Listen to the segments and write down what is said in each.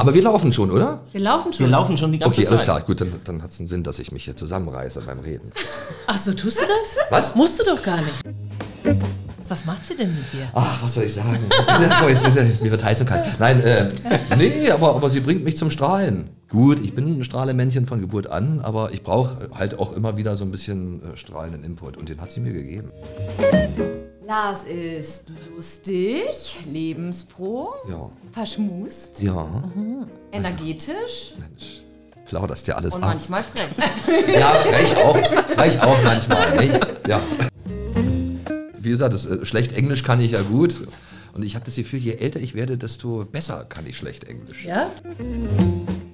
Aber wir laufen schon, oder? Wir laufen schon. Wir laufen schon die ganze Okay, alles Zeit. klar. Gut, dann, dann hat es einen Sinn, dass ich mich hier zusammenreiße beim Reden. Ach so, tust du das? Was? Musst du doch gar nicht. Was macht sie denn mit dir? Ach, was soll ich sagen? Guck, Jetzt, jetzt, mir wird heiß und kalt. Nein, äh, nee, aber, aber sie bringt mich zum Strahlen. Gut, ich bin ein Strahlemännchen von Geburt an, aber ich brauche halt auch immer wieder so ein bisschen äh, strahlenden Input und den hat sie mir gegeben. Lars ist lustig, lebensfroh, Ja, verschmust, ja. energetisch Mensch, plauderst ja alles und ab. manchmal frech. Ja, frech auch, frech auch manchmal, nicht? Ja. Wie gesagt, das, äh, schlecht Englisch kann ich ja gut. Und ich habe das Gefühl, je älter ich werde, desto besser kann ich schlecht Englisch. Ja?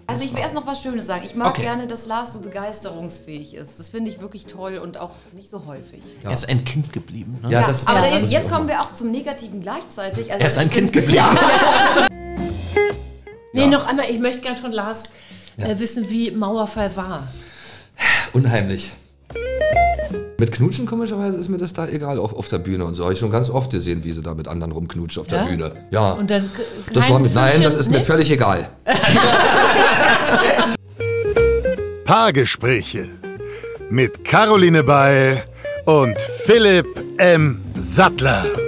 Also ich will erst noch was Schönes sagen. Ich mag Okay. gerne, dass Lars so begeisterungsfähig ist. Das finde ich wirklich toll und auch nicht so häufig. Er ist ein Kind geblieben. Ne? Ja, Ja, das- aber das da- muss ich jetzt auch kommen mal. wir auch zum Negativen gleichzeitig. Also Er ist ein ich find's- Kind geblieben. Nee, Ja. noch einmal, ich möchte gern von Lars äh, wissen, wie Mauerfall war. Unheimlich. Mit Knutschen komischerweise ist mir das da egal, auf, auf der Bühne und so. Habe ich schon ganz oft gesehen, wie sie da mit anderen rumknutscht auf der Ja? Bühne. Ja. Und dann k- das kein war mit, nein, Fünkchen- das ist mir nee? völlig egal. Paargespräche mit Caroline Bay und Philipp M. Sattler.